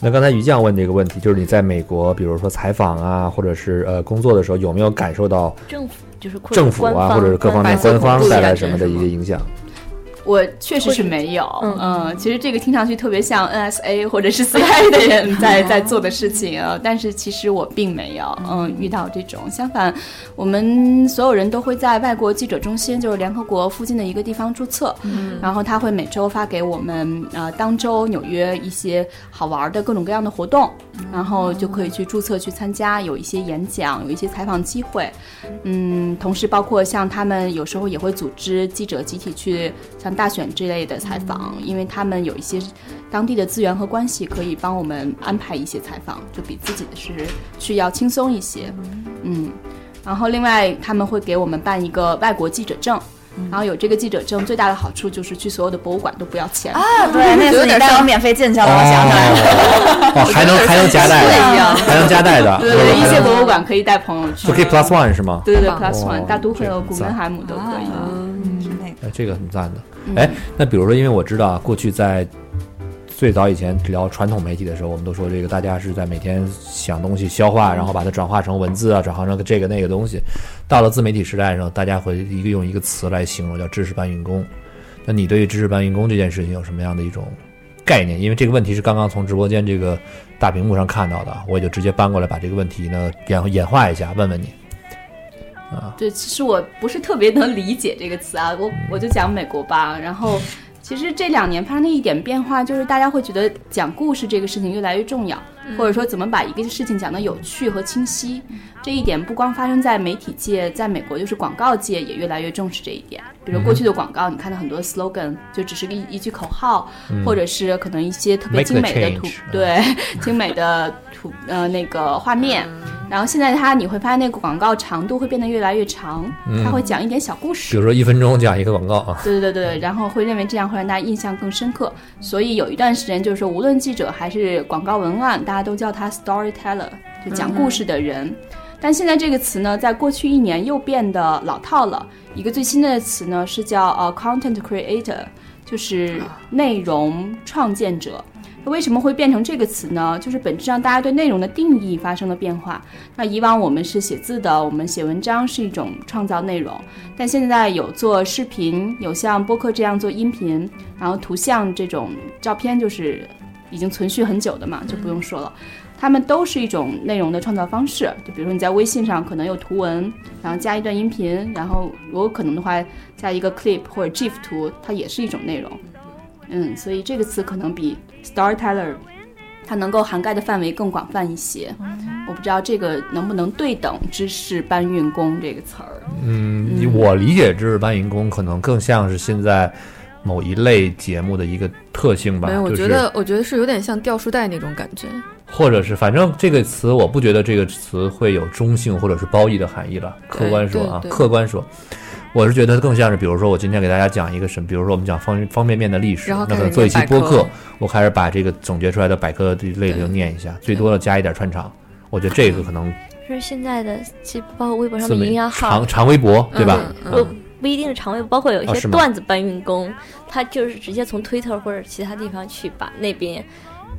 那刚才于酱问这个问题，就是你在美国，比如说采访啊，或者是呃工作的时候，有没有感受到政府就是政府啊，或者是各方面官方带来什么的一个影响？我确实是没有，嗯,嗯，其实这个听上去特别像 NSA 或者是 CIA 的人 在在做的事情啊，但是其实我并没有，哦嗯，遇到这种。相反，我们所有人都会在外国记者中心，就是联合国附近的一个地方注册，嗯、然后他会每周发给我们呃当周纽约一些好玩的各种各样的活动，然后就可以去注册去参加，有一些演讲，有一些采访机会，嗯，同时包括像他们有时候也会组织记者集体去像。大选这类的采访，因为他们有一些当地的资源和关系，可以帮我们安排一些采访，就比自己的是去要轻松一些。嗯，然后另外他们会给我们办一个外国记者证。然后有这个记者证，最大的好处就是去所有的博物馆都不要钱啊！ 对，那次你带我啊免费进去了，我想起来了。哦，还能还能夹 带的，还能夹带的。对对，一些博物馆可以带朋友去。啊就可以 plus one 是吗？对对，plus one，大都会和古根海姆都可以。嗯嗯是那个，这个很赞的。哎，那比如说，因为我知道啊，过去在最早以前聊传统媒体的时候，我们都说这个大家是在每天想东西、消化，然后把它转化成文字啊，转化成这个那个东西。到了自媒体时代上，大家会一个用一个词来形容，叫知识搬运工。那你对于知识搬运工这件事情有什么样的一种概念？因为这个问题是刚刚从直播间这个大屏幕上看到的，我也就直接搬过来把这个问题呢演演化一下，问问你。啊，对，其实我不是特别能理解这个词啊，我我就讲美国吧。然后，其实这两年发生的一点变化，就是大家会觉得讲故事这个事情越来越重要，嗯或者说怎么把一个事情讲得有趣和清晰。这一点不光发生在媒体界，在美国就是广告界也越来越重视这一点。比如过去的广告，你看到很多 slogan 就只是一一句口号，嗯或者是可能一些特别精美的图，change, 嗯对，精美的图呃那个画面。然后现在它你会发现那个广告长度会变得越来越长，嗯它会讲一点小故事。比如说一分钟讲一个广告啊，对对对对，然后会认为这样会让大家印象更深刻。所以有一段时间，就是说，无论记者还是广告文案，大家都叫他 storyteller，就讲故事的人。但现在这个词呢，在过去一年又变得老套了。一个最新的词呢是叫呃 content creator，就是内容创建者。为什么会变成这个词呢？就是本质上大家对内容的定义发生了变化。那以往我们是写字的，我们写文章是一种创造内容，但现在有做视频，有像播客这样做音频，然后图像这种照片就是已经存续很久的嘛，就不用说了。它们都是一种内容的创造方式，就比如说你在微信上可能有图文，然后加一段音频，然后如果可能的话加一个 clip 或者 GIF 图，它也是一种内容。嗯，所以这个词可能比 storyteller 它能够涵盖的范围更广泛一些。我不知道这个能不能对等“知识搬运工”这个词儿。嗯，我理解知识搬运工可能更像是现在某一类节目的一个特性吧，没有，我就觉是得我觉得是有点像掉书袋那种感觉。或者是反正这个词，我不觉得这个词会有中性或者是褒义的含义了。客观说啊，对对客观说，我是觉得更像是，比如说我今天给大家讲一个什么，比如说我们讲方方便面的历史，然后那开始可能做一期念百播科客，我开始把这个总结出来的百科这类对就念一下，最多的加一点串场。我觉得这个可能就是现在的，其包括微博上这的么营养号长，长微博对吧？嗯不嗯不一定是常微博，包括有哦一是些吗段子搬运工，他就是直接从 Twitter 或者其他地方去把那边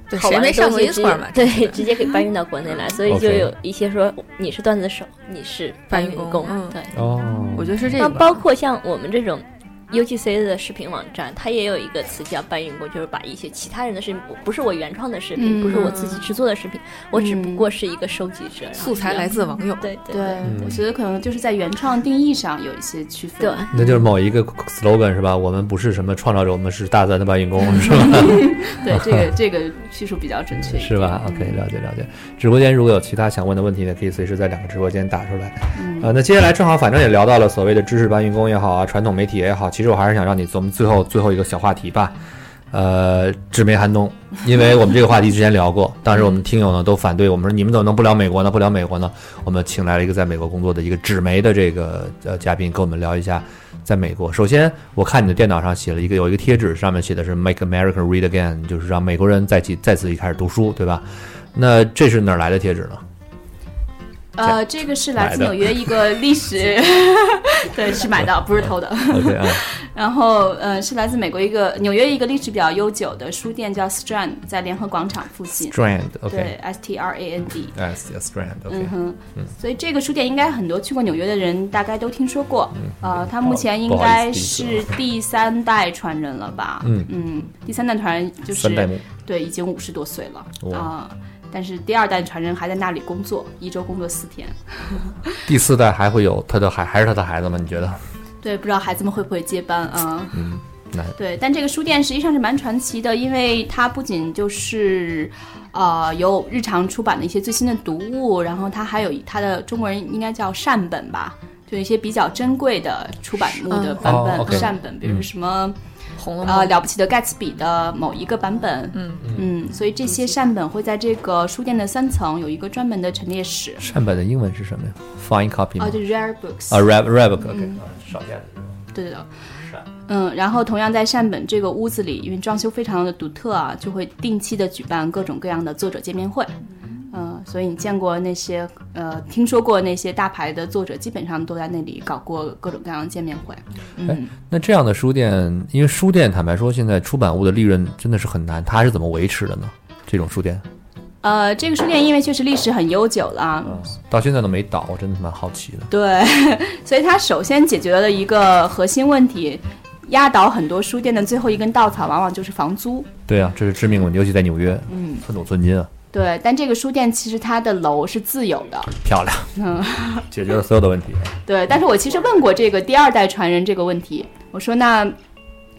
对，好谁玩没的上东过西 i 直 n 嘛？嗯接对直接给搬运到国内来，所以就 OK 有一些说你是段子手，你是搬运运工工嗯，对。哦，我觉得是这那个。包括像我们这种 UGC 的视频网站，它也有一个词叫搬运工，就是把一些其他人的视频，不是我原创的视频，嗯不是我自己制作的视频，我只不过是一个收集者，然嗯后素材这样来自网友，对对对，嗯我觉得可能就是在原创定义上有一些区分对。那就是某一个 slogan 是吧？我们不是什么创造者，我们是大自然的搬运工，是吧？ 对，这个这个叙述比较准确一点，是吧？OK，了解了解。直播间如果有其他想问的问题呢，可以随时在两个直播间打出来。呃，那接下来正好反正也聊到了所谓的知识搬运工也好啊，传统媒体也好，其实我还是想让你咱们最后最后一个小话题吧。呃，直媒寒冬，因为我们这个话题之前聊过，当时我们听友呢都反对，我们说你们怎么能不聊美国呢？不聊美国呢？我们请来了一个在美国工作的一个纸媒的这个呃嘉宾，跟我们聊一下在美国。首先，我看你的电脑上写了一个有一个贴纸，上面写的是 “Make America Read Again”，就是让美国人再起再次一开始读书，对吧？那这是哪儿来的贴 纸呢？呃，这个是来自买的纽约一个 历史，对，是买的，不是偷的。 OK 啊，然后，呃，是来自美国一个纽约一个历史比较悠久的书店，叫 Strand，在联合广场附近。 Strand OK 对，S T R A N D。 S yes, Strand OK 嗯哼，所以这个书店应该很多去过纽约的人大概都听说过。呃，它目前应嗯哦不好意思该第一次是第三代传人了吧？嗯第三代传人就是三代目对，已经五十多岁了哇啊、但是第二代传人还在那里工作，一周工作四天。第四代还会有他的孩还是他的孩子吗？你 觉得？对，不知道孩子们会不会接班啊？嗯，那对，但这个书店实际上是蛮传奇的，因为它不仅就是。呃，有日常出版的一些最新的读物，然后它还有它的中国人应该叫善本吧，就一些比较珍贵的出版物的版哦本、 OK 善本，比如什么、红了呃吗？了不起的盖茨比的某一个版本，嗯嗯，所以这些善本会在这个书店的三层有一个专门的陈列室，善本的英文是什么呀？Fine copy 吗啊，就是嗯 rare books，、啊，Rab Rab OK 啊少见的。对的。嗯，然后同样在善本这个屋子里，因为装修非常的独特啊，就会定期的举办各种各样的作者见面会。嗯，所以你见过那些呃，听说过那些大牌的作者，基本上都在那里搞过各种各样的见面会。嗯，那这样的书店，因为书店坦白说，现在出版物的利润真的是很难，它是怎么维持的呢？这种书店呃，这个书店因为确实历史很悠久了啊，到现在都没倒，我真的蛮好奇的。对， 所以它首先解决了一个核心问题，压倒很多书店的最后一根稻草，往往就是房租。对啊，这是致命问题，尤其在纽约，嗯，寸土寸金啊，对，但这个书店其实它的楼是自有的，漂亮， 解决了所有的问题。对，但是我其实问过这个第二代传人这个问题，我说那，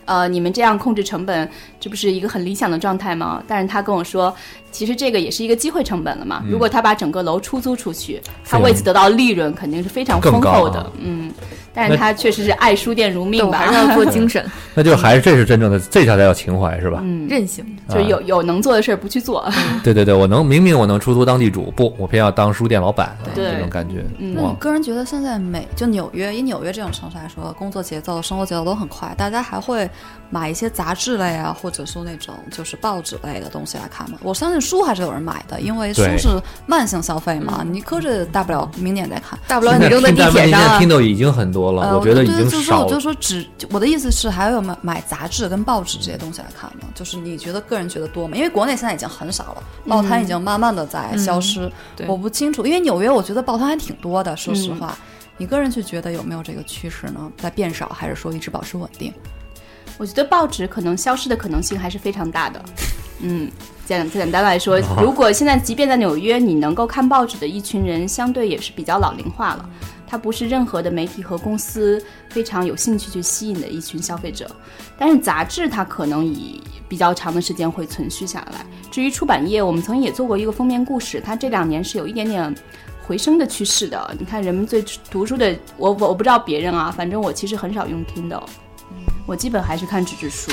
呃，你们这样控制成本，这不是一个很理想的状态吗？但是他跟我说，其实这个也是一个机会成本了嘛。嗯如果他把整个楼出租出去，他非常为此得到利润肯定是非常啊更丰高厚的，啊嗯。但是那他确实是爱书店如对，命我还是吧，要做精神 那就还是这是真正的，这才叫情怀是吧？啊嗯，韧性，就是有有能做的事儿不去做，对对对，我能明明我能出租当地主，不，我偏要当书店老板，啊对这种感觉。嗯哇我，个人觉得现在美就纽约，以纽约这种城市来说，工作节奏、生活节奏都很快，大家还会买一些杂志类啊，或者是那种就是报纸类的东西来看嘛。我相信书还是有人买的，因为书对是慢性消费嘛，你搁着大不了明年再看。大不了你扔在现在地现在铁上啊听。到已经很多了，呃，我觉得已对经就是说少我就了。说只我的意思是，还有买买杂志跟报纸这些东西来看嘛，就是你觉得个人觉得多吗？因为国内现在已经很少了，报嗯摊已经慢慢的在消失。对我不清楚，因为纽约我觉得报摊还挺多的，说实嗯话。你个人去觉得有没有这个趋势呢？在变少，还是说一直保持稳定？我觉得报纸可能消失的可能性还是非常大的。嗯，简简单来说，如果现在即便在纽约，你能够看报纸的一群人，相对也是比较老龄化了。它不是任何的媒体和公司非常有兴趣去吸引的一群消费者，但是杂志它可能以比较长的时间会存续下来。至于出版业，我们曾经也做过一个封面故事，它这两年是有一点点回升的趋势的。你看，人们最读书的，我我我不知道别人啊，反正我其实很少用 Kindle，我基本还是看纸质书，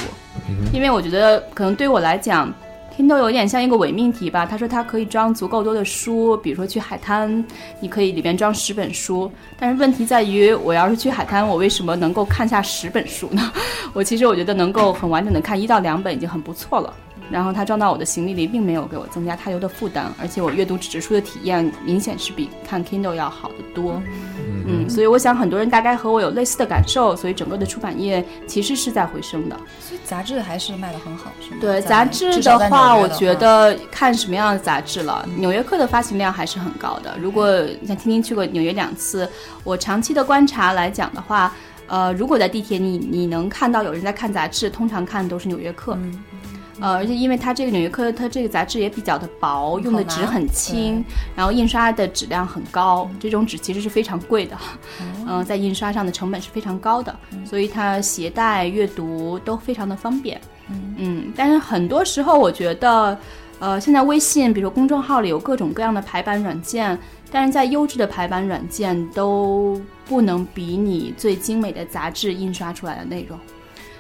因为我觉得可能对我来讲，Kindle 有点像一个伪命题吧。他说它可以装足够多的书，比如说去海滩，你可以里边装十本书。但是问题在于，我要是去海滩，我为什么能够看下十本书呢？ 我其实我觉得能够很完整的看一到两本已经很不错了。然后它装到我的行李里，并没有给我增加太多的负担，而且我阅读纸质书的体验明显是比看 Kindle 要好得多。嗯，所以我想很多人大概和我有类似的感受，所以整个的出版业其实是在回升的。所以杂志还是卖的很好，是吗？对在杂志至少在的话，纽我约觉话得看什么样的杂志了，《纽约客》的发行量还是很高的。如果像听听去过纽约两次，我长期的观察来讲的话，呃，如果在地铁你你能看到有人在看杂志，通常看的都是《纽约客》嗯呃，而且因为它这个《纽约客》它这个杂志也比较的薄，用的纸拿很轻，然后印刷的质量很高，这种纸其实是非常贵的，嗯、在印刷上的成本是非常高的，所以它携带阅读都非常的方便。嗯，但是很多时候我觉得，呃，现在微信，比如公众号里有各种各样的排版软件，但是在优质的排版软件都不能比你最精美的杂志印刷出来的内容，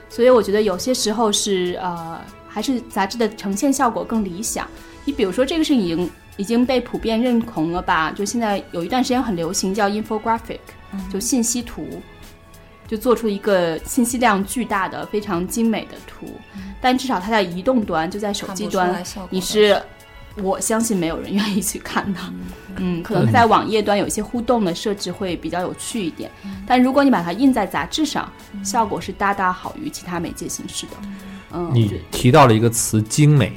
所以我觉得有些时候是呃，还是杂志的呈现效果更理想。你比如说，这个是已经已经被普遍认同了吧？就现在有一段时间很流行叫 infographic，就信息图。就做出一个信息量巨大的、非常精美的图，但至少它在移动端，就在手机端，你是我相信没有人愿意去看的。嗯，可能它在网页端有一些互动的设置会比较有趣一点，但如果你把它印在杂志上，效果是大大好于其他媒介形式的。嗯，我觉你得提到了一个词“精美”，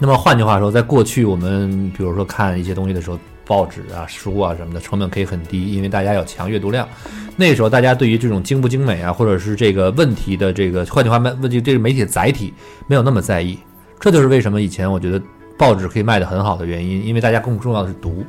那么换句话说，在过去我们比如说看一些东西的时候，报纸啊、书啊什么的，成本可以很低，因为大家有强阅读量。那时候大家对于这种精不精美啊，或者是这个问题的这个，换句话问问题，这个媒体的载体没有那么在意。这就是为什么以前我觉得报纸可以卖得很好的原因，因为大家更重要的是读。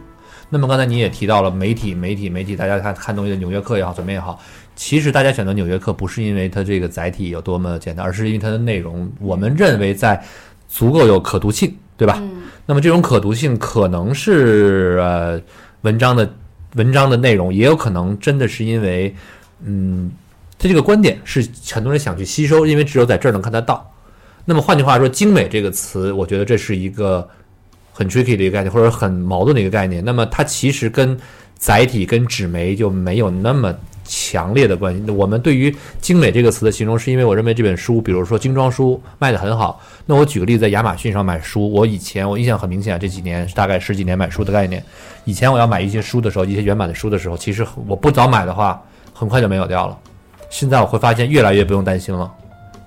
那么刚才你也提到了媒体，媒体，媒体，大家看看东西的《纽约客》也好，怎么也好，其实大家选择《纽约客》不是因为它这个载体有多么简单，而是因为它的内容，我们认为在足够有可读性，对吧？嗯那么这种可读性可能是呃文章的文章的内容，也有可能真的是因为嗯，它这个观点是很多人想去吸收，因为只有在这儿能看得到。那么换句话说，“精美”这个词，我觉得这是一个很 tricky 的一个概念，或者很矛盾的一个概念。那么它其实跟载体跟纸媒就没有那么强烈的关系。我们对于“精美”这个词的形容，是因为我认为这本书，比如说精装书卖得很好。那我举个例子，在亚马逊上买书，我以前我印象很明显，这几年大概十几年买书的概念，以前我要买一些书的时候，一些原版的书的时候，其实我不早买的话，很快就没有掉了。现在我会发现越来越不用担心了。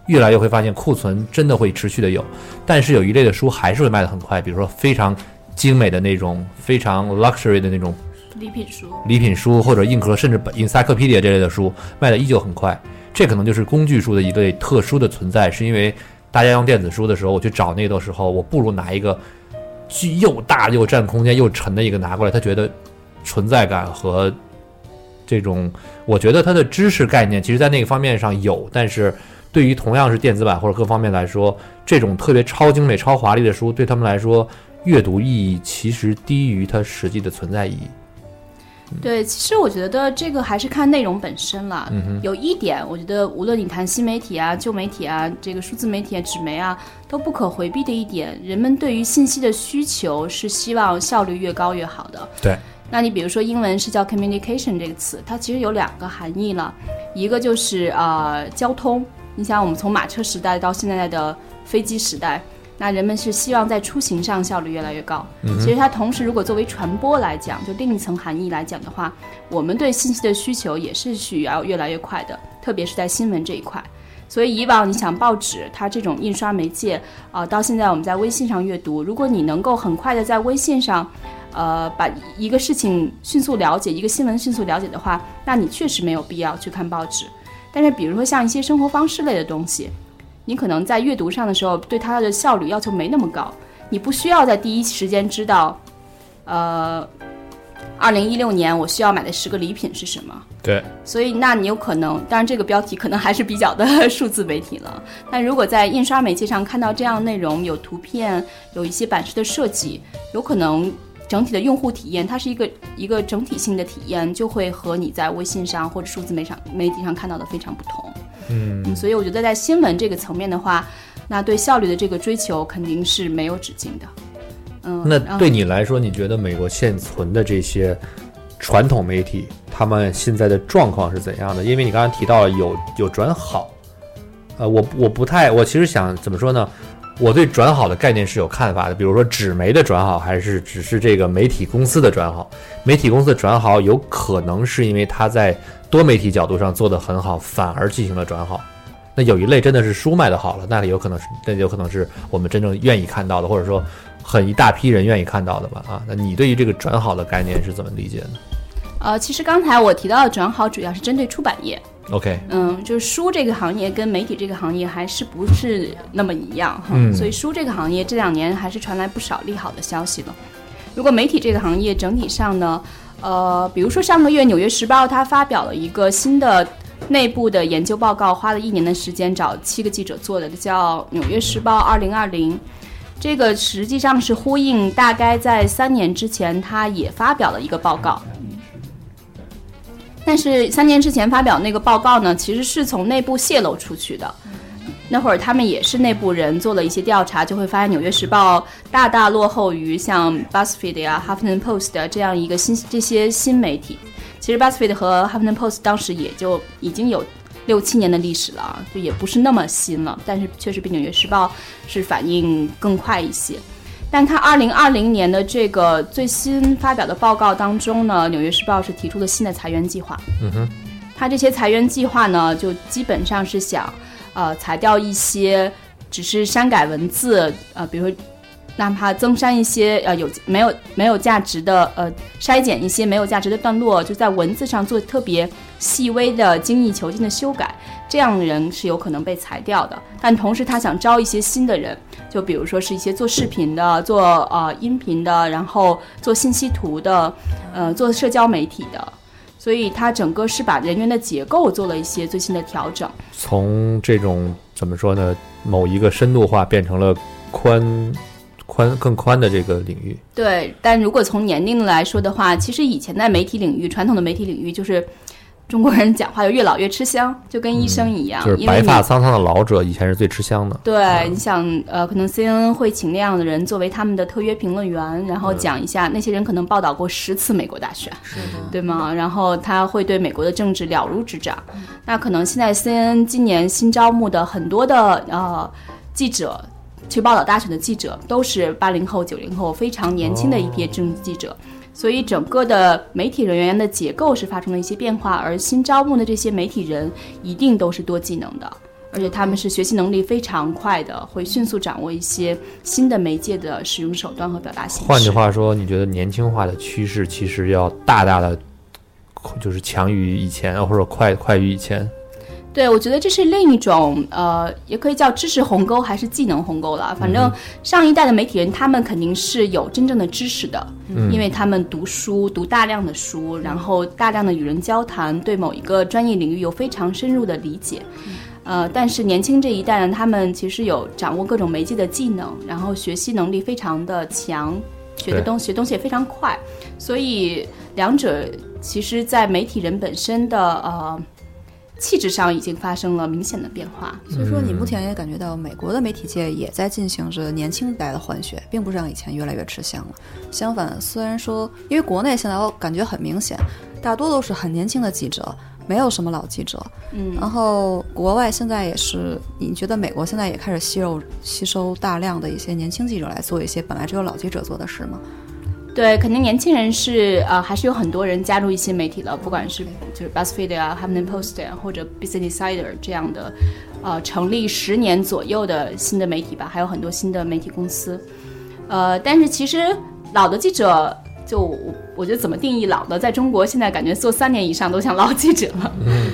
越来越会发现库存真的会持续的有，但是有一类的书还是会卖得很快，比如说非常精美的那种、非常 luxury 的那种礼品书，礼品书或者硬壳，甚至本 encyclopedia 这类的书卖的依旧很快。这可能就是工具书的一类特殊的存在，是因为大家用电子书的时候，我去找那个的时候，我不如拿一个巨又大又占空间又沉的一个拿过来，他觉得存在感和这种，我觉得它的知识概念，其实在那个方面上有，但是对于同样是电子版或者各方面来说，这种特别超精美、超华丽的书，对他们来说，阅读意义其实低于它实际的存在意义。对，其实我觉得这个还是看内容本身了。嗯有一点，我觉得无论你谈新媒体啊、旧媒体啊、这个数字媒体啊、纸媒啊，都不可回避的一点，人们对于信息的需求是希望效率越高越好的。对。那你比如说，英文是叫 communication 这个词，它其实有两个含义了，一个就是呃交通，你想我们从马车时代到现在的飞机时代，那人们是希望在出行上效率越来越高。其实它同时如果作为传播来讲，就另一层含义来讲的话，我们对信息的需求也是需要越来越快的，特别是在新闻这一块。所以以往你想报纸，它这种印刷媒介啊、到现在我们在微信上阅读，如果你能够很快的在微信上，呃，把一个事情迅速了解，一个新闻迅速了解的话，那你确实没有必要去看报纸。但是比如说像一些生活方式类的东西，你可能在阅读上的时候对它的效率要求没那么高，你不需要在第一时间知道，呃，二零一六年我需要买的十个礼品是什么。对，所以，那你有可能，当然这个标题可能还是比较的数字媒体了。但如果在印刷媒介上看到这样内容，有图片，有一些版式的设计，有可能整体的用户体验，它是一个一个整体性的体验，就会和你在微信上或者数字媒上媒体上看到的非常不同。嗯，所以我觉得在新闻这个层面的话，那对效率的这个追求肯定是没有止境的。嗯，那然后对你来说，你觉得美国现存的这些传统媒体，他们现在的状况是怎样的？因为你刚才提到了有有转好，呃，我我不太，我其实想怎么说呢？我对转好的概念是有看法的，比如说纸媒的转好，还是只是这个媒体公司的转好？媒体公司的转好有可能是因为它在多媒体角度上做得很好，反而进行了转好。那有一类真的是书卖的好了，那里有可能是，那有可能是我们真正愿意看到的，或者说很一大批人愿意看到的吧？啊，那你对于这个转好的概念是怎么理解的？呃，其实刚才我提到的转好主要是针对出版业， OK，嗯，就是书这个行业跟媒体这个行业还是不是那么一样哈，嗯所以书这个行业这两年还是传来不少利好的消息的。如果媒体这个行业整体上呢，呃，比如说上个月《纽约时报》它发表了一个新的内部的研究报告，花了一年的时间找七个记者做的，叫《纽约时报二零二零》。这个实际上是呼应，大概在三年之前，他也发表了一个报告。但是三年之前发表那个报告呢，其实是从内部泄露出去的。那会儿他们也是内部人做了一些调查，就会发现《纽约时报》大大落后于像 BuzzFeed 呀、Huffington Post 啊这样一个新这些新媒体。其实 BuzzFeed 和 Huffington Post 当时也就已经有六七年的历史了啊，就也不是那么新了，但是确实比《纽约时报》是反应更快一些。但看二零二零年的这个最新发表的报告当中呢，《纽约时报》是提出了新的裁员计划。嗯哼，它这些裁员计划呢，就基本上是想，呃，裁掉一些只是删改文字，呃，比如说哪怕增删一些呃有没有没有价值的呃筛减一些没有价值的段落，就在文字上做特别细微的精益求精的修改，这样的人是有可能被裁掉的。但同时，他想招一些新的人，就比如说是一些做视频的、做呃音频的，然后做信息图的，呃做社交媒体的。所以，他整个是把人员的结构做了一些最新的调整。从这种怎么说呢，某一个深度化变成了宽宽更宽的这个领域。对，但如果从年龄来说的话，其实以前在媒体领域，传统的媒体领域就是中国人讲话就越老越吃香，就跟医生一样，嗯就是因为白你发苍苍的老者以前是最吃香的。对，你想，呃，可能 CNN 会请那样的人作为他们的特约评论员，然后嗯讲一下、那些人可能报道过十次美国大选，是的，对吗？然后他会对美国的政治了如指掌。那可能现在 CNN 今年新招募的很多的呃记者。去报道大选的记者都是八零后、九零后，非常年轻的一批政治记者，所以整个的媒体人员的结构是发生了一些变化，而新招募的这些媒体人一定都是多技能的，而且他们是学习能力非常快的，会迅速掌握一些新的媒介的使用手段和表达形式。换句话说，你觉得年轻化的趋势其实要大大的，就是强于以前，或者快快于以前。对，我觉得这是另一种呃，也可以叫知识鸿沟还是技能鸿沟了。反正上一代的媒体人，他们肯定是有真正的知识的，因为他们读书，读大量的书，然后大量的与人交谈，对某一个专业领域有非常深入的理解。呃，但是年轻这一代呢，他们其实有掌握各种媒介的技能，然后学习能力非常的强，学的对东学东西也非常快，所以两者其实，在媒体人本身的呃气质上已经发生了明显的变化。所以说你目嗯前也感觉到美国的媒体界也在进行着年轻一代的换血，并不是让以前越来越吃香了。相反，虽然说因为国内现在我感觉很明显，大多都是很年轻的记者，没有什么老记者。嗯然后国外现在也是，你觉得美国现在也开始吸收吸收大量的一些年轻记者来做一些本来只有老记者做的事 吗？对，肯定年轻人是呃，还是有很多人加入一些媒体了，不管是就是 BuzzFeed 啊、Huffington Post 啊，或者 Business Insider 这样的，呃，成立十年左右的新的媒体吧，还有很多新的媒体公司。呃，但是其实老的记者，就我我觉得怎么定义老的，在中国现在感觉做三年以上都像老记者了。嗯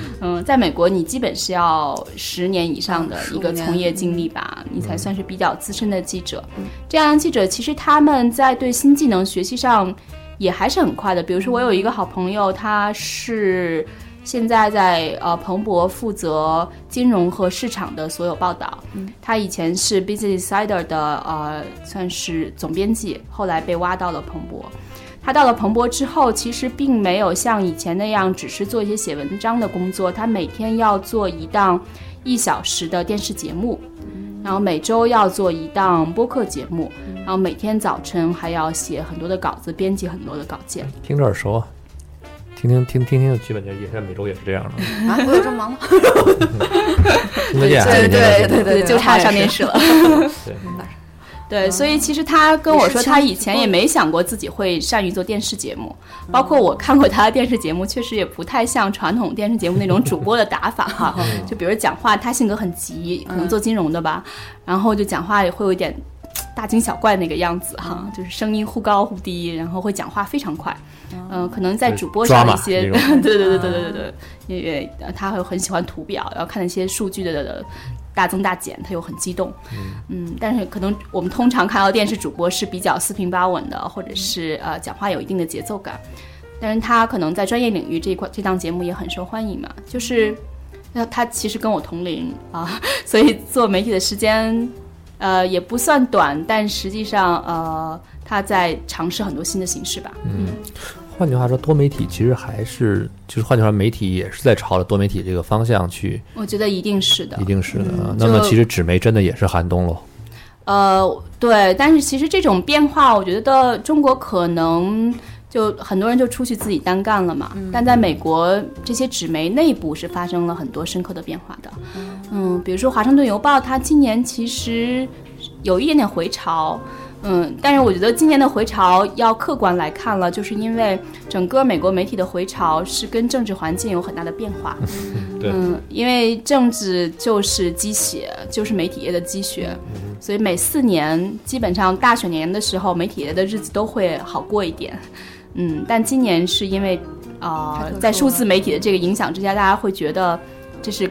在美国你基本是要十年嗯以上的一个15年从业经历吧，你才算是比较资深的记者。这样的记者其实他们在对新技能学习上也还是很快的。比如说，我有一个好朋友，他是现在在呃彭博负责金融和市场的所有报道。他以前是 Business Insider 的呃算是总编辑，后来被挖到了彭博。他到了彭博之后，其实并没有像以前那样只是做一些写文章的工作，他每天要做一档一小时的电视节目，嗯然后每周要做一档播客节目，然后每天早晨还要写很多的稿子，编辑很多的稿件。听着耳熟啊，听听听听听，基本就也是每周也是这样的。啊，我有这么忙吗？ 听得见，看得对见对对哎就差上电视了。对对，所以其实他跟我说，也是他以前也没想过自己会善于做电视节目，包括我看过他的电视节目，确实也不太像传统电视节目那种主播的打法哈。就比如讲话，他性格很急，可能做金融的吧，然后就讲话也会有一点大惊小怪那个样子哈，就是声音忽高忽低，然后会讲话非常快，嗯，可能在主播上一些，抓马那对对对对对对对，因为呃他会很喜欢图表，然后看那些数据的大增大减，他又很激动，嗯，但是可能我们通常看到电视主播是比较四平八稳的，或者是呃讲话有一定的节奏感，但是他可能在专业领域这一块这档节目也很受欢迎嘛，就是。那他其实跟我同龄啊，所以做媒体的时间呃，也不算短，但实际上，呃，他在尝试很多新的形式吧。嗯换句话说，多媒体其实还是就是换句话说，媒体也是在朝着多媒体这个方向去，我觉得一定是的一。定是的啊。嗯那么就其实纸媒真的也是寒冬喽。呃，对，但是其实这种变化，我觉得中国可能就很多人就出去自己单干了嘛。嗯但在美国，这些纸媒内部是发生了很多深刻的变化的。嗯，比如说《华盛顿邮报》，它今年其实有一点点回潮。嗯，但是我觉得今年的回潮要客观来看了，就是因为整个美国媒体的回潮是跟政治环境有很大的变化。对嗯，因为政治就是鸡血，就是媒体业的鸡血，所以每四年基本上大选年的时候，媒体业的日子都会好过一点。嗯，但今年是因为太呃特殊，在了数字媒体的这个影响之下，大家会觉得这是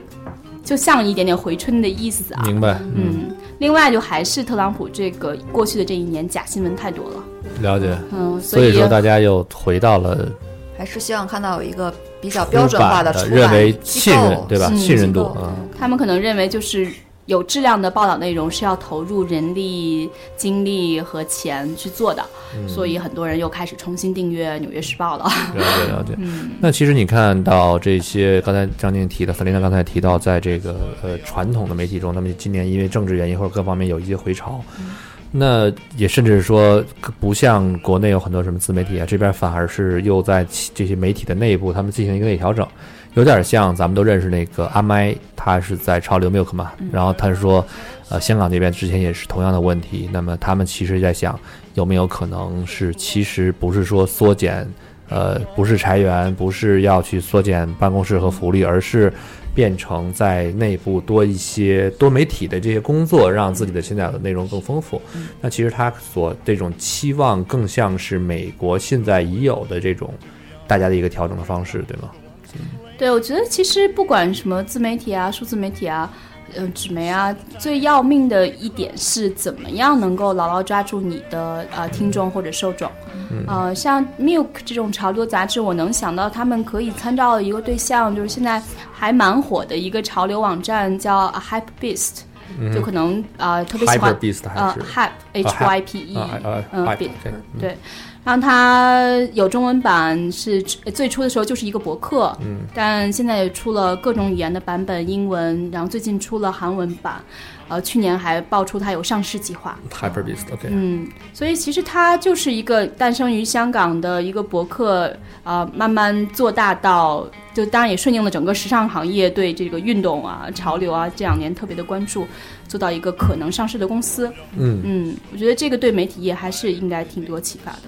就像一点点回春的意思啊。明白，嗯，另外就还是特朗普这个过去的这一年假新闻太多了，了解。嗯，所以说，大家又回到了还是希望看到有一个比较出标准化版的的，出版认为机信任构，对吧？嗯信任度机构啊，他们可能认为就是有质量的报道内容是要投入人力、精力和钱去做的，嗯所以很多人又开始重新订阅《纽约时报》了。了解了解。那其实你看到这些，刚才张静提到，萨琳娜刚才提到，在这个呃传统的媒体中，他们今年因为政治原因或者各方面有一些回潮，那也甚至说不像国内有很多什么自媒体啊，这边反而是又在其这些媒体的内部，他们进行一个内调整，有点像咱们都认识那个阿麦，他是在潮流 milk 嘛，然后他是说，呃，香港那边之前也是同样的问题，那么他们其实在想。有没有可能是其实不是说缩减，呃，不是裁员，不是要去缩减办公室和福利，而是变成在内部多一些多媒体的这些工作，让自己的现在的内容更丰富。嗯那其实他所这种期望更像是美国现在已有的这种大家的一个调整的方式，对吗？对，我觉得其实不管什么自媒体啊、数字媒体啊、呃、纸媒啊，最要命的一点是怎么样能够牢牢抓住你的呃听众或者受众。嗯呃，像 Milk 这种潮流杂志，我能想到他们可以参照的一个对象，就是现在还蛮火的一个潮流网站叫 Hype Beast，、就可能呃特别喜欢 Hyper Beast 嗯还呃是 Hype 啊 H Y P E 啊啊嗯啊 Beast 对对，然后它有中文版是呃最初的时候就是一个博客，嗯，但现在也出了各种语言的版本，英文，然后最近出了韩文版，呃，去年还爆出它有上市计划， ，Hyperbeast，OK，、嗯，所以其实它就是一个诞生于香港的一个博客，啊，慢慢做大到，就当然也顺应了整个时尚行业对这个运动啊、潮流啊这两年特别的关注，做到一个可能上市的公司。嗯嗯，我觉得这个对媒体业还是应该挺多启发的。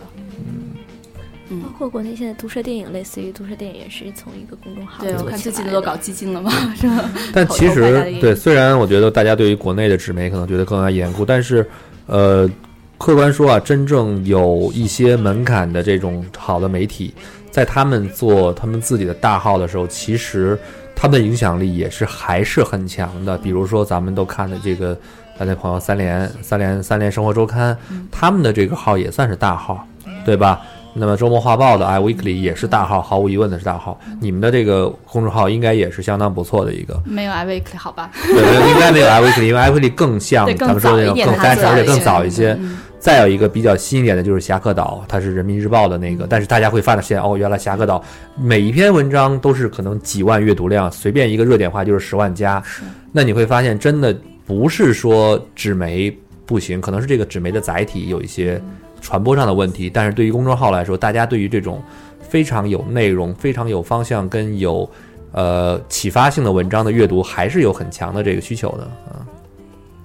包括国内现在毒舌电影，类似于毒舌电影也是从一个公众号对，我做看起最近来都的搞基金了嘛， 是吧？但口其头实表达的对，虽然我觉得大家对于国内的纸媒可能觉得更加严酷，但是，呃，客观说啊，真正有一些门槛的这种好的媒体，在他们做他们自己的大号的时候，其实他们的影响力也是还是很强的。比如说咱们都看的这个咱那朋友三联三联三联生活周刊，嗯他们的这个号也算是大号，对吧？那么周末画报的 iWeekly 也是大号，毫无疑问的是大号。你们的这个公众号应该也是相当不错的一个，没有 iWeekly 好吧？对，没有应该没有 iWeekly，因为 iWeekly 更像对更咱们说的那早种一点更它 fashion，早而且一更些嗯早一些。再有一个比较新一点的就是《侠客岛》，它是人民日报的那嗯个，但是大家会发现哦，原来《侠客岛》每一篇文章都是可能几万阅读量，随便一个热点话就是十万加。那你会发现，真的不是说纸媒不行，可能是这个纸媒的载体有一些传播上的问题，但是对于公众号来说，大家对于这种非常有内容、非常有方向跟有呃启发性的文章的阅读，还是有很强的这个需求的啊。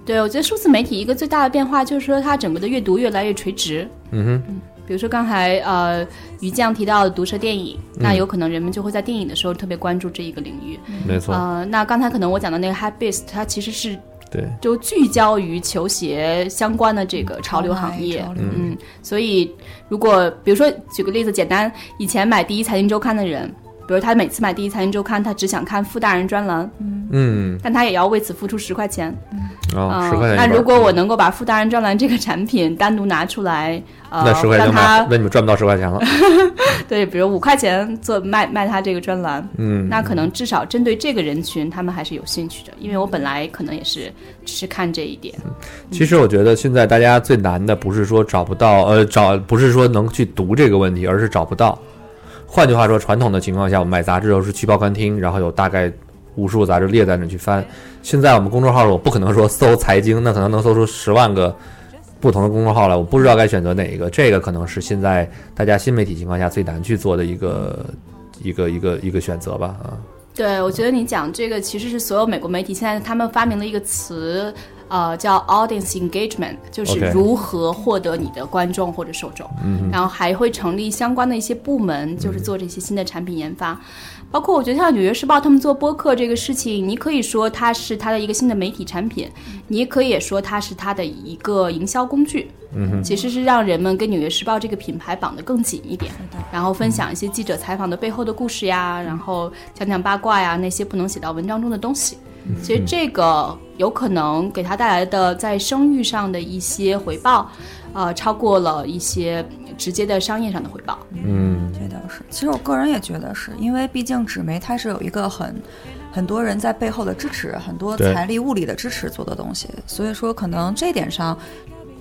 对，我觉得数字媒体一个最大的变化就是说，它整个的阅读越来越垂直。嗯比如说刚才呃于酱提到的毒舌电影，嗯那有可能人们就会在电影的时候特别关注这一个领域。哼，没错，呃，那刚才可能我讲的那个 Happy Beast，它其实是对，就聚焦于球鞋相关的这个潮流行业潮。流嗯，所以如果比如说举个例子，简单，以前买第一财经周刊的人，比如他每次买第一财经周刊，他只想看傅大人专栏，嗯，但他也要为此付出十块钱。哦，嗯十块钱一那本儿如果我能够把傅大人专栏这个产品单独拿出来，呃，那十块钱让就卖他，那你们赚不到十块钱了， 对，比如五块钱做卖卖他这个专栏，嗯，那可能至少针对这个人群，他们还是有兴趣的，因为我本来可能也是只是看这一点。其实我觉得现在大家最难的不是说找不到，呃，找不是说能去读这个问题，而是找不到。换句话说，传统的情况下，我们买杂志都是去报刊厅，然后有大概无数杂志列在那去翻。现在我们公众号，我不可能说搜财经，那可能能搜出十万个不同的公众号来，我不知道该选择哪一个。这个可能是现在大家新媒体情况下最难去做的一个一个一个一个选择吧，啊，对，我觉得你讲这个其实是所有美国媒体现在他们发明了一个词，呃，叫 audience engagement，就是 OK 如何获得你的观众或者受众。嗯，然后还会成立相关的一些部门，就是做这些新的产品研发。包括我觉得像《纽约时报》他们做播客这个事情，你可以说它是它的一个新的媒体产品，你也可以说它是它的一个营销工具。嗯，其实是让人们跟《纽约时报》这个品牌绑得更紧一点，然后分享一些记者采访的背后的故事呀，然后讲讲八卦呀，那些不能写到文章中的东西。嗯其实这个有可能给他带来的在声誉上的一些回报，呃，超过了一些直接的商业上的回报。嗯，这倒是，其实我个人也觉得是因为，毕竟纸媒它是有一个很很多人在背后的支持，很多对财力、物力的支持做的东西，所以说可能这点上，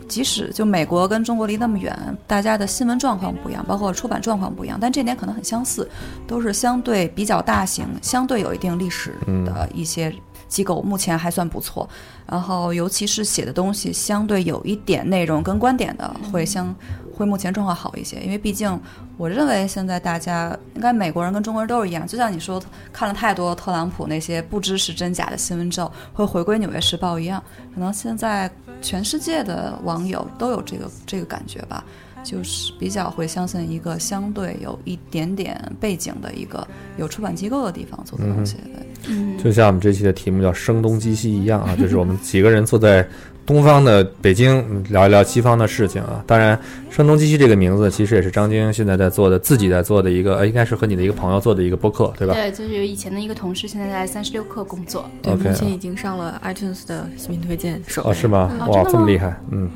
即使就美国跟中国离那么远，大家的新闻状况不一样，包括出版状况不一样，但这点可能很相似，都是相对比较大型、相对有一定历史的一些机构，目前还算不错。然后尤其是写的东西相对有一点内容跟观点的，会相会目前状况好一些，因为毕竟我认为现在大家应该美国人跟中国人都是一样，就像你说看了太多特朗普那些不知是真假的新闻之后，会回归《纽约时报》一样，可能现在全世界的网友都有这个这个感觉吧。就是比较会相信一个相对有一点点背景的一个有出版机构的地方做的东西，对就像我们这期的题目叫“声东击西”一样 啊，就是我们几个人坐在东方的北京嗯聊一聊西方的事情啊。当然，“声东击西”这个名字其实也是张晶现在在做的，自己在做的一个，呃，应该是和你的一个朋友做的一个播客，对吧？对，就是有以前的一个同事，现在在三十六氪工作。哦对， OK 嗯目前已经上了 iTunes 的新品推荐首哦，页是？吗？哦哇真，的这么吗厉害， 嗯，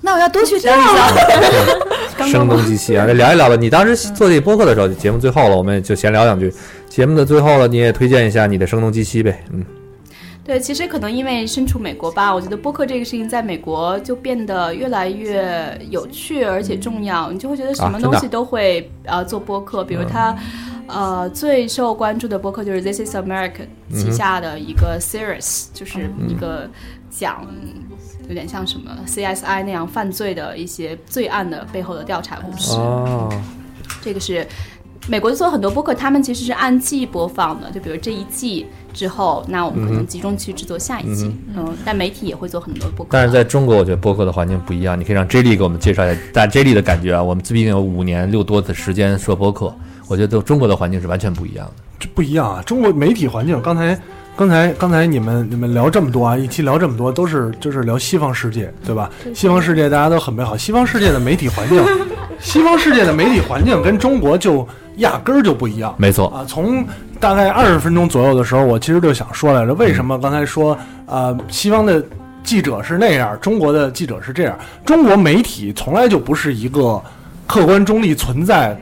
那我要多学习一下。声东击西啊，来聊一聊吧。你当时做这播客的时候，节目最后了，我们就闲聊两句。节目的最后了，你也推荐一下你的“声东击西”呗，嗯，对，其实可能因为身处美国吧，我觉得播客这个事情在美国就变得越来越有趣而且重要，你就会觉得什啊么真的嗯东西都会、呃做播客，比如他。呃，最受关注的播客就是《This Is America》旗嗯下的一个 series，、就是一个讲有点像什么 CSI 那样犯罪的一些罪案的背后的调查故事。哦，这个是美国做很多播客，他们其实是按季播放的，就比如这一季之后，那我们可能集中去制作下一季。嗯但媒体也会做很多播客。但是在中国，我觉得播客的环境不一样。你可以让 J 莉给我们介绍一下，但 J 莉的感觉啊，我们毕竟有五年六多的时间说播客，我觉得中国的环境是完全不一样的。这不一样啊！中国媒体环境，刚才、刚才、刚才你们你们聊这么多啊，一期聊这么多，都是就是聊西方世界，对吧？西方世界大家都很美好，西方世界的媒体环境，西方世界的媒体环境跟中国就压根儿就不一样。没错，啊，从大概二十分钟左右的时候，我其实就想说来着，为什么嗯刚才说呃，西方的记者是那样，中国的记者是这样，中国媒体从来就不是一个客观中立存在。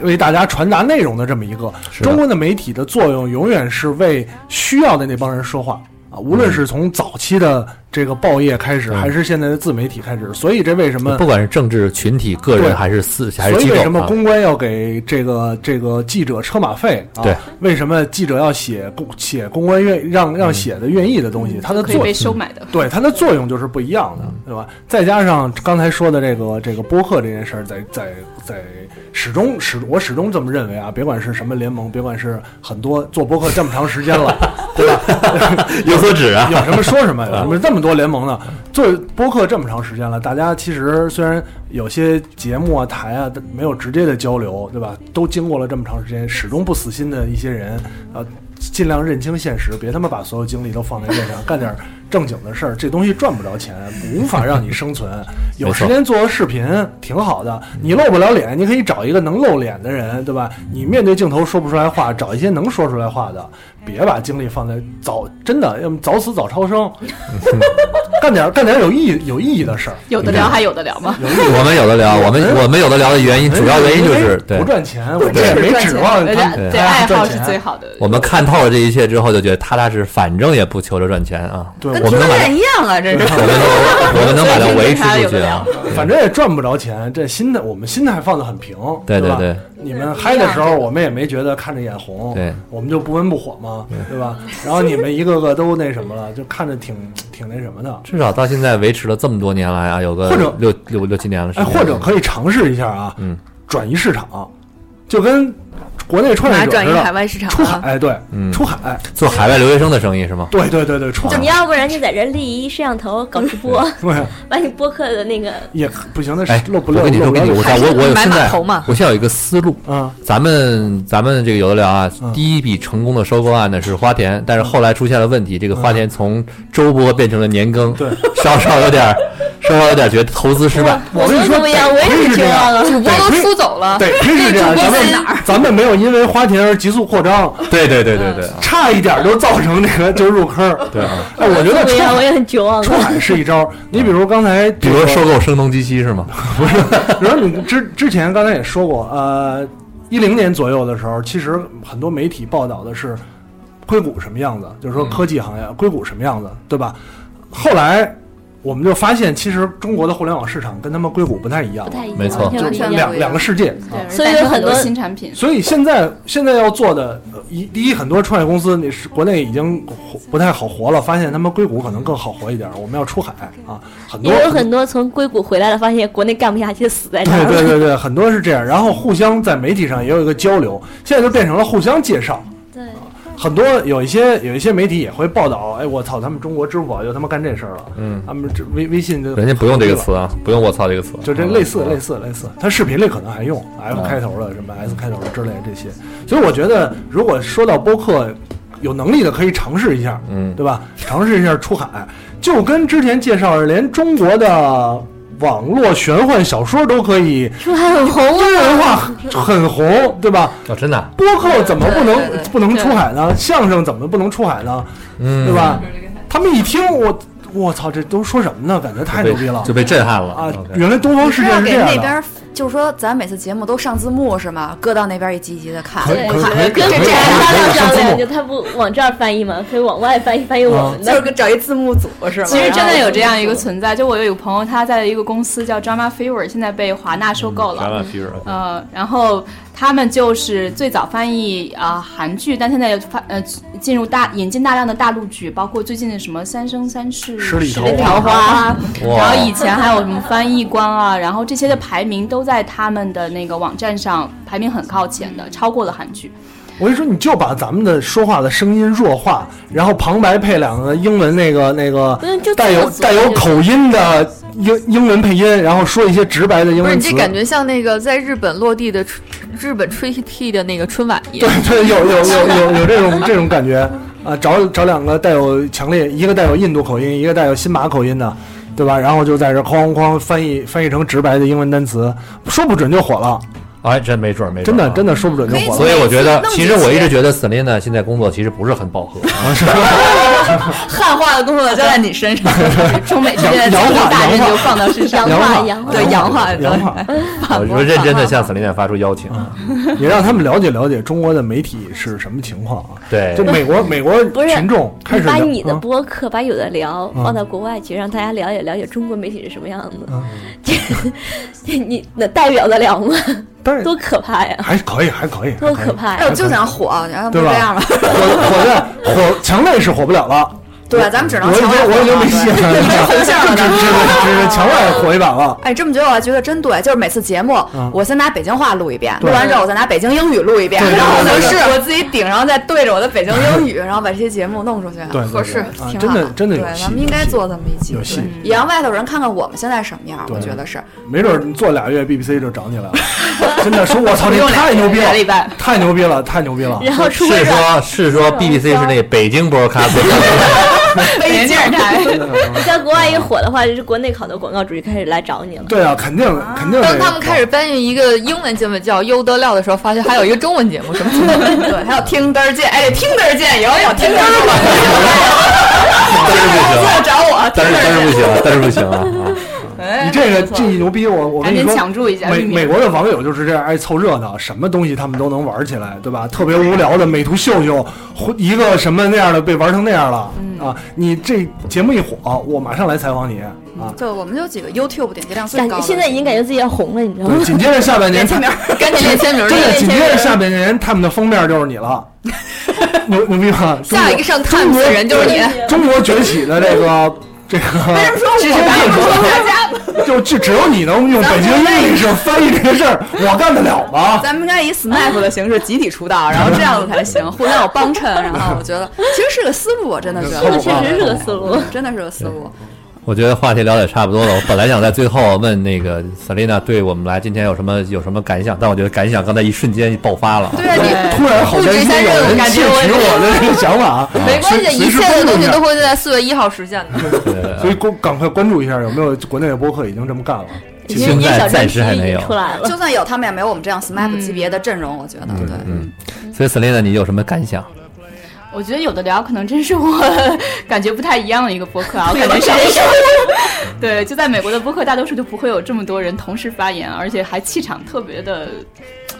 为大家传达内容的这么一个是的中国的媒体的作用，永远是为需要的那帮人说话啊，无论是从早期的这个报业开始，嗯还是现在的自媒体开始，所以这为什么不管是政治群体、个对人还是私还是所机以构为什么啊，公关要给这个这个记者车马费啊？对，为什么记者要写公写公关愿让让写的愿意的嗯东西？它的可以作被收买的，对它的作用就是不一样的，对吧？再加上刚才说的这个这个播客这件事儿，在在在始终始我始终这么认为啊，别管是什么联盟，别管是很多做播客这么长时间了，对吧？有所指啊，有什么说什么，有什 么这么多联盟呢？做播客这么长时间了，大家其实虽然有些节目啊、台啊没有直接的交流，对吧？都经过了这么长时间，始终不死心的一些人，呃，尽量认清现实，别他妈把所有精力都放在这上，干点正经的事儿。这东西赚不着钱，无法让你生存。有时间做个视频挺好的，你露不了脸，你可以找一个能露脸的人，对吧？你面对镜头说不出来话，找一些能说出来话的，别把精力放在早真的，要么早死早超生，干点干点有意义有意义的事儿。有的聊还有的聊吗？我们有的聊，我们我们有的聊的原因，主要原因就是对哎不赚钱，我们也没指望对他对，爱好是最好的。我们看透了这一切之后，就觉得踏踏实，反正也不求着赚钱啊。对，我们能把一样啊了，这是 我们 能我们能把它维持住去啊。反正也赚不着钱，这心态我们心态放得很平，对吧？对对你们嗨的时候，啊我们也没觉得看着眼红，对，我们就不温不火嘛，对吧？然后你们一个个都那什么了，就看着挺挺那什么的。至少到现在维持了这么多年来啊，有个或者六六六七年了，是哎，吧或者可以尝试一下啊，嗯，转移市场，就跟国内创业哪者转移似的海外市场出啊？海，对，嗯出海，做海外留学生的生意是吗？对对对对，出海你，要不然就在这立一摄像头搞直播，对， 把你播客的那个也不行，那哎是，露不我露？跟你说，露不我跟你露我在我我有买现码在头嘛我现在有一个思路，嗯，咱们咱们这个有的聊啊嗯，第一笔成功的收购案呢是花田，但是后来出现了问题，这个花田从周播变成了年更，嗯对，稍稍有点儿，稍稍有点觉得投资失败。我跟你说，怎么样，我得亏也是挺这绝样望了。主播都出走了，得亏是这 样，咱们咱们没有因为花田而急速扩张，对对对对对，啊差一点就造成这个就入坑。对啊，哎，我觉得怎出么样，我海也很 绝望啊出了。海是一招。你比如刚才，比如说收购声东击西是吗？嗯 比如你之之前刚才也说过，呃，一零年左右的时候，其实很多媒体报道的是硅谷什么样子，就是说科技行业、硅谷什么样子，对吧？后来我们就发现，其实中国的互联网市场跟他们硅谷不太一样不，太一样，没错完全就不一样是两两个世界。啊对，所以而且有很很多新产品，所以现在现在要做的，呃一第一，很多创业公司你是国内已经活不太好活了，发现他们硅谷可能更好活一点，我们要出海啊，很多也有很多从硅谷回来的，发现国内干不下去，死在这儿 对了。对对 对，很多是这样，然后互相在媒体上也有一个交流，现在就变成了互相介绍。对很多有一些有一些媒体也会报道，哎，我操，他们中国支付宝又他妈干这事儿了，嗯，他们这微微信就人家不用这个词啊，不用我操这个词，就这类似嗯类似类似，它视频里可能还用 F 嗯开头的，什么 S 开头的之类的这些。所以我觉得，如果说到播客，有能力的可以尝试一下，嗯对吧？尝试一下出海，就跟之前介绍的，连中国的网络玄幻小说都可以出海很红中文啊，化很红，对吧？哦，真的啊，播客怎么不能对对对不能出海呢？相声怎么不能出海呢？嗯，对吧？？他们一听我，我操，这都说什么呢？感觉太牛逼了就被震撼了啊 OK！原来东方世界要是给这样那的。边，就是说咱每次节目都上字幕是吗？搁到那边一集一集的看，可以可以可以可以跟可以可这以可还发到以啊这上儿字了，幕就他不往这儿翻译嘛，可以往外翻译翻译我们就的是。找一字幕组是吗？其嗯实真的有这样一个存在，就我有一个朋友，他在一个公司叫 Drama Fever，现在被华纳收购嗯了。呃，然后他们就是最早翻译啊、呃韩剧，但现在又翻呃进入大引进大量的大陆剧，包括最近的什么《三生三世》《十里桃花桃花》啊，嗯哇然后以前还有什么翻译官啊，然后这些的排名都在他们的那个网站上排名很靠前的，超过了韩剧。我跟你说，你就把咱们的说话的声音弱化，然后旁白配两个英文那个那个不是就带有自己带有口音的英英文配音，然后说一些直白的英不是文你词这。感觉像那个在日本落地的春日本吹替的那个春晚一样对。对，有有有有有这种这种感觉啊！找找两个带有强烈，一个带有印度口音，一个带有新马口音的，对吧？然后就在这哐哐翻译翻译成直白的英文单词，说不准就火了，哎，真没准儿没真准儿的啊真的说不准就火所了。以我觉得弄，几其实我一直觉得 Selina 现在工作其实不是很饱 和，啊汉化的工作交在你身上，中美之洋洋间的竞争化大洋战化就放到 市场洋了。化洋洋化 对洋化化对洋化，我说认真的向 Selina 发出邀请。也让他们了解了解中国的媒体是什么情况啊！对就，美 国美国不是群众开你始把了你的嗯播客，把有的聊嗯放到国外去，让大家了解了解中国媒体是什么样子嗯。你你能代表得了吗？但是多可怕呀！还可以，还可以，多还可以！可怕 哎，我呀！就想火，然后不对这吧样了，火火在火墙内是火不了了， 对，啊咱们只能我已经墙外我已经没戏了，对已经 红线了，只只只只墙外火一把 了。 哎，这么觉得我觉得真对，就是每次节目，嗯我先拿北京话录一遍，对录完之后我再拿北京英语录一遍，对对然后我对就对是我自己顶上再对着我的北京 英语，然后把这些节目弄出去，对对对合适啊，挺真好的真的有对，戏咱们应该做这嗯么一期，有戏对也让外头人看看我们现在什么样，对我觉得是。没准儿你做俩月 BBC 就找你来 了，真的说我操，你不用俩太牛逼俩礼了拜，太牛逼了，太牛逼 了。 然后出微是说，软，是说 BBC 是那北京 broadcast，北京台你在国外一火的话，就是国内好多广告主就开始来找你了。对啊，肯定肯定得。当他们开始搬运一个英文节目叫《优得料》的时候，发现还有一个中文节目，什么节目？ 对，还有听得儿见，哎，听得儿见，有有听得儿广但是不行，告找我，但是但是不行，但是不行啊！你这个这一牛逼，我我跟赶你紧说，抢注一下美玉米美国的网友就是这样爱凑热闹，什么东西他们都能玩起来，对吧？特别无聊的美图秀秀，或一个什么那样的被玩成那样了、啊！你这节目一火，我马上来采访你啊！就我们就几个 YouTube 点击量最感高觉的，现在已经感觉自己要红了，你知道吗对，？紧接着下半年，签名儿，赶紧练签名儿真的去！紧接着下半年他们的封面就是你了，牛牛逼吗？中下一国个上 Times 的人就是你。中国崛起的这 个这个，为什么说 我就就只有你能用北京英语翻译这个事儿，我干得了吗？咱们应该以 SMAP 的形式集体出道，然后这样子才行，互相有帮衬。然后我觉得其实是个思路，我啊真的觉这得确实是个思哦路。真的是个思路。我觉得话题聊得也差不多了。我本来想在最后问那个 Selina 对我们来今天有什么有什么感想，但我觉得感想刚才一瞬间爆发了。对啊，你突然好像有人窃取我的这个想法，啊没关系，随一时切关的注东一西下都。会在四月一号实现的。对对对所以关赶快关注一下，有没有国内的播客已经这么干了？因为现你的在小暂专时辑还已没有经出来 了就，算有，他们也没有我们这样嗯 SMAP 级别的阵容，我觉得对。嗯，所以 Selina 你有什么感想？我觉得有的聊，可能真是我感觉不太一样的一个播客啊，我感觉是对，就在美国的播客，大多数就不会有这么多人同时发言，而且还气场特别的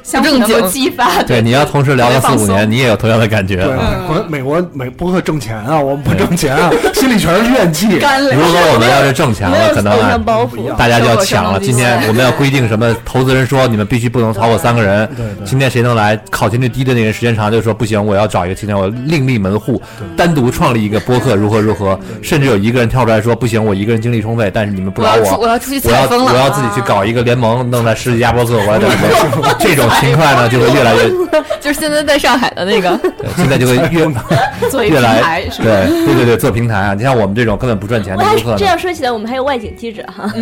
相互能够激发。 对，你要同时聊个四五年，你也有同样的感觉嗯对，啊。美国美国美播客挣钱啊，我们不挣钱 啊，心里全是怨气。如果我们要是挣钱没了，有可能偶啊像包不一袱样。大家就要抢了。今天我们要规定什么？投资人说你们必须不能超过三个人。今天谁能来，考勤率低的那个人时间长就说不行，我要找一个今天我另立门户，单独创立一个播客，如何如何。甚至有一个人跳出来说不行，我一个人精力充沛，但是你们不我找要出我我。要出去我采要风我要了。自己去搞一个联盟，弄来十几家播客，我来整合。这种情况呢，就会越来越，就是现在在上海的那 个，对现在就会越做一个越平来台，是吧？对对对对，做平台啊！你像我们这种根本不赚钱的我还播客这呢，样说起来，我们还有外景记者 哈，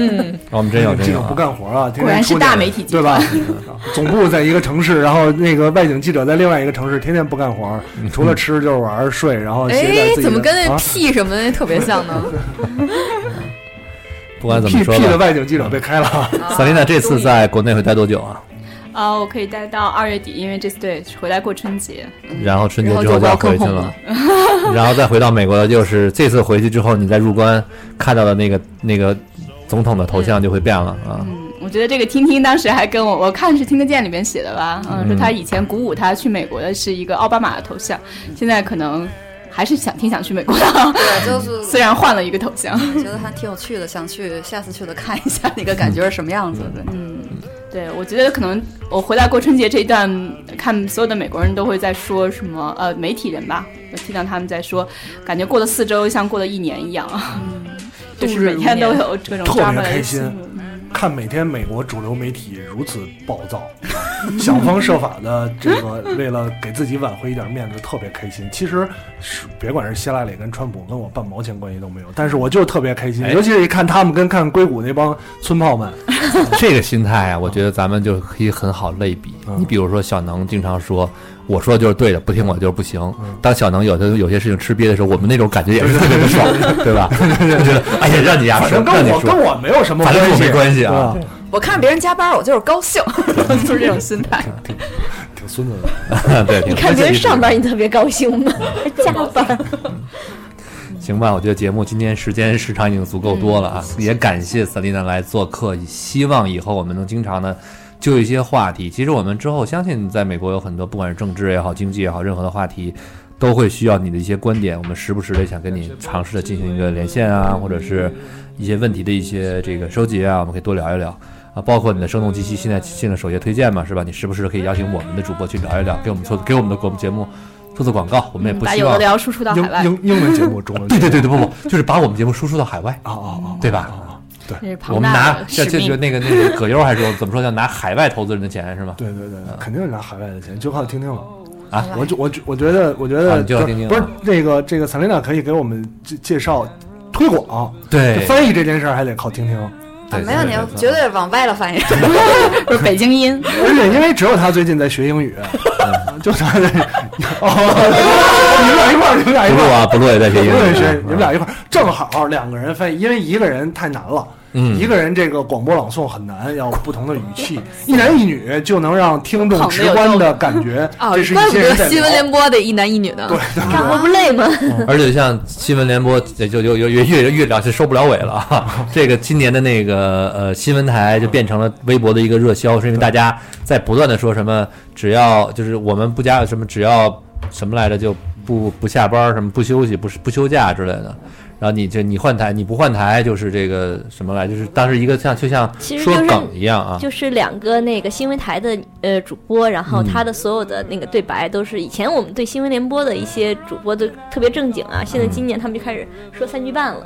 我们真有哎这真有种不啊。干活啊，天天果然是出点大媒体集对吧？ 总部在一个城市，然后那个外景记者在另外一个城市，天天不干活，嗯除了吃就是玩儿睡，然后携带哎自己，的怎么跟那啊 P 什么的特别像 呢？不管怎么 P 说 P 的吧，外景记者被开了，萨琳娜这次在国内会待多久啊？啊、我可以待到二月底，因为这次对回来过春节。然后春节之后就要回去了，然后再回到美国，就是这次回去之后，你在入关看到的那个那个总统的头像就会变了啊。嗯，我觉得这个听听当时还跟我，我看是听得见里面写的吧，嗯，说他以前鼓舞他去美国的是一个奥巴马的头像，现在可能还是想挺想去美国的， 对，就是虽然换了一个头像。我觉得还挺有趣的，想去下次去的看一下那个感觉是什么样子。嗯对，对，我觉得可能我回来过春节这一段，看所有的美国人都会在说什么，呃，媒体人吧，我听到他们在说，感觉过了四周像过了一年一样，就是每天都有各种特别 drama 开的心新闻。看每天美国主流媒体如此暴躁， 想方设法的这个为了给自己挽回一点面子，特别开心。其实是别管是希拉里跟川普，跟我半毛钱关系都没有，但是我就是特别开心，哎尤其是一看他们跟看硅谷那帮村炮们，这个心态啊，我觉得咱们就可以很好类比。嗯你比如说小能经常说。我说的就是对的，不听我就是不行。当小能有的有些事情吃瘪的时候，我们那种感觉也是特别的爽，对吧？就觉得哎呀，让你呀反说，正跟让你我跟说，我没有什么反正跟我系，没关系啊对吧我看着别人加班，我就是高兴， 就是这种心态。挺孙子的。啊对，挺你看别人上班，你特别高兴吗？还加班，行吧，我觉得节目今天时间时长已经足够多了啊，也感谢 Selina 来做客，希望以后我们能经常的就一些话题。其实我们之后相信，在美国有很多不管是政治也好、经济也好，任何的话题。都会需要你的一些观点，我们时不时的想跟你尝试的进行一个连线啊，或者是一些问题的一些这个收集啊，我们可以多聊一聊啊。包括你的声动机器现在进了首页推荐嘛，是吧？你时不时地可以邀请我们的主播去聊一聊，给我们做给我们的节目做做广告，我们也不把希有的望聊输出到海外。英英文节目中文对对 对对，不不，就是把我们节目输出到海外啊啊啊，对吧？对这是我庞们大拿的这使这命就那个那个葛优还说怎么说叫拿海外投资人的钱是吗？对对对，肯定是拿海外的钱，就靠听听了。哦啊我就我就我觉得，我觉啊得你就要听听不是了那个这个 Selina 可以给我们介介绍推广，对这翻译这件事儿还得靠听听。对没有对对你绝对往歪了翻译。不是北京 音，而且因为只有他最近在学英语，嗯 就他在 哦，你们俩一块儿，你们俩一不块录儿啊，不录也在对学英对语对，你们俩一块儿，正好两个人翻译，因为一个人太难了。嗯一个人这个广播朗诵很难，要不同的语气，一男一女就能让听众直观的感觉， 哦这是一怪不些人得在新闻聊联播得一男一女呢。干 活不累吗？而且像新闻联播，也就就就越越越聊就收不了尾了啊。这个今年的那个呃新闻台就变成了微博的一个热销，是因为大家在不断的说什么，只要就是我们不加什么，只要什么来着就不不下班儿，什么不休息，不是不休假之类的。然后你这你换台，你不换台就是这个什么来，就是当时一个像就像其实就说是梗一样啊，就是两个那个新闻台的呃主播，然后嗯他的所有的那个对白都是以前我们对新闻联播的一些主播都特别正经啊，现嗯在今年他们就开始说三句半了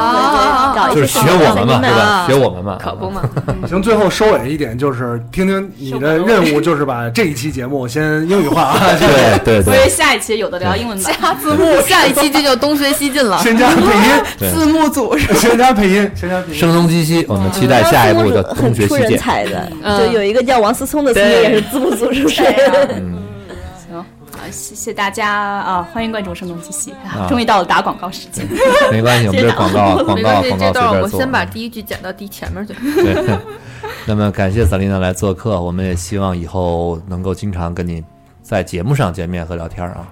啊对对搞一就些是学我们嘛，对三句半吧？学我们嘛，可不嘛，行，最后收尾一点就是听听你的任务，就是把这一期节目先英语化啊， 这个对对所对以下一期有的聊英文版。加字幕，哦下一期这就东学西进了。先加配音，对，字幕组是吧先加配音，先加配音。声东击西，我们期待嗯下一步的很同学出西人见。才的，嗯就有一个叫王思聪的，对啊也是字幕组，是不是？ 行，好，谢谢大家啊，欢迎关注声东击西。啊啊终于到了打广告时间， 没关系，我们这广告广没告关系，广告这段随 我便做先把 啊。第一句剪到第前面去。对， 那么感谢萨琳娜来做客，我们也希望以后能够经常跟你在节目上见面和聊天啊。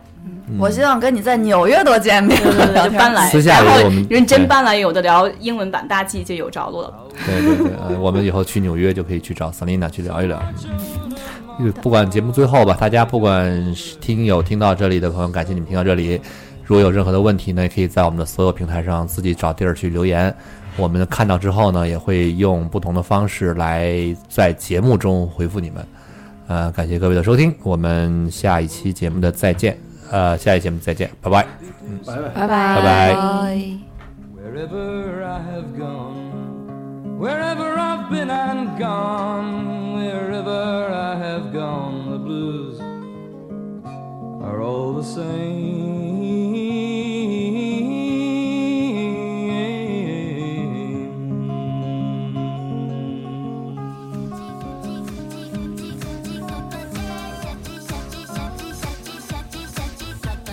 我希望跟你在纽约多见面， 就搬来，私下里然后我们认对真搬来有的聊英文版，大家记就有着落了。对对对，呃，我们以后去纽约就可以去找萨琳娜去聊一聊。嗯，不管节目最后吧，大家不管是听友听到这里的朋友，感谢你们听到这里。如果有任何的问题呢，也可以在我们的所有平台上自己找地儿去留言。我们看到之后呢，也会用不同的方式来在节目中回复你们。呃，感谢各位的收听，我们下一期节目的再见。呃，下一期节目再见，拜拜。拜拜拜拜 Wherever I have gone, wherever I've been and gone, wherever I have gone, the blues are all the same. 拜。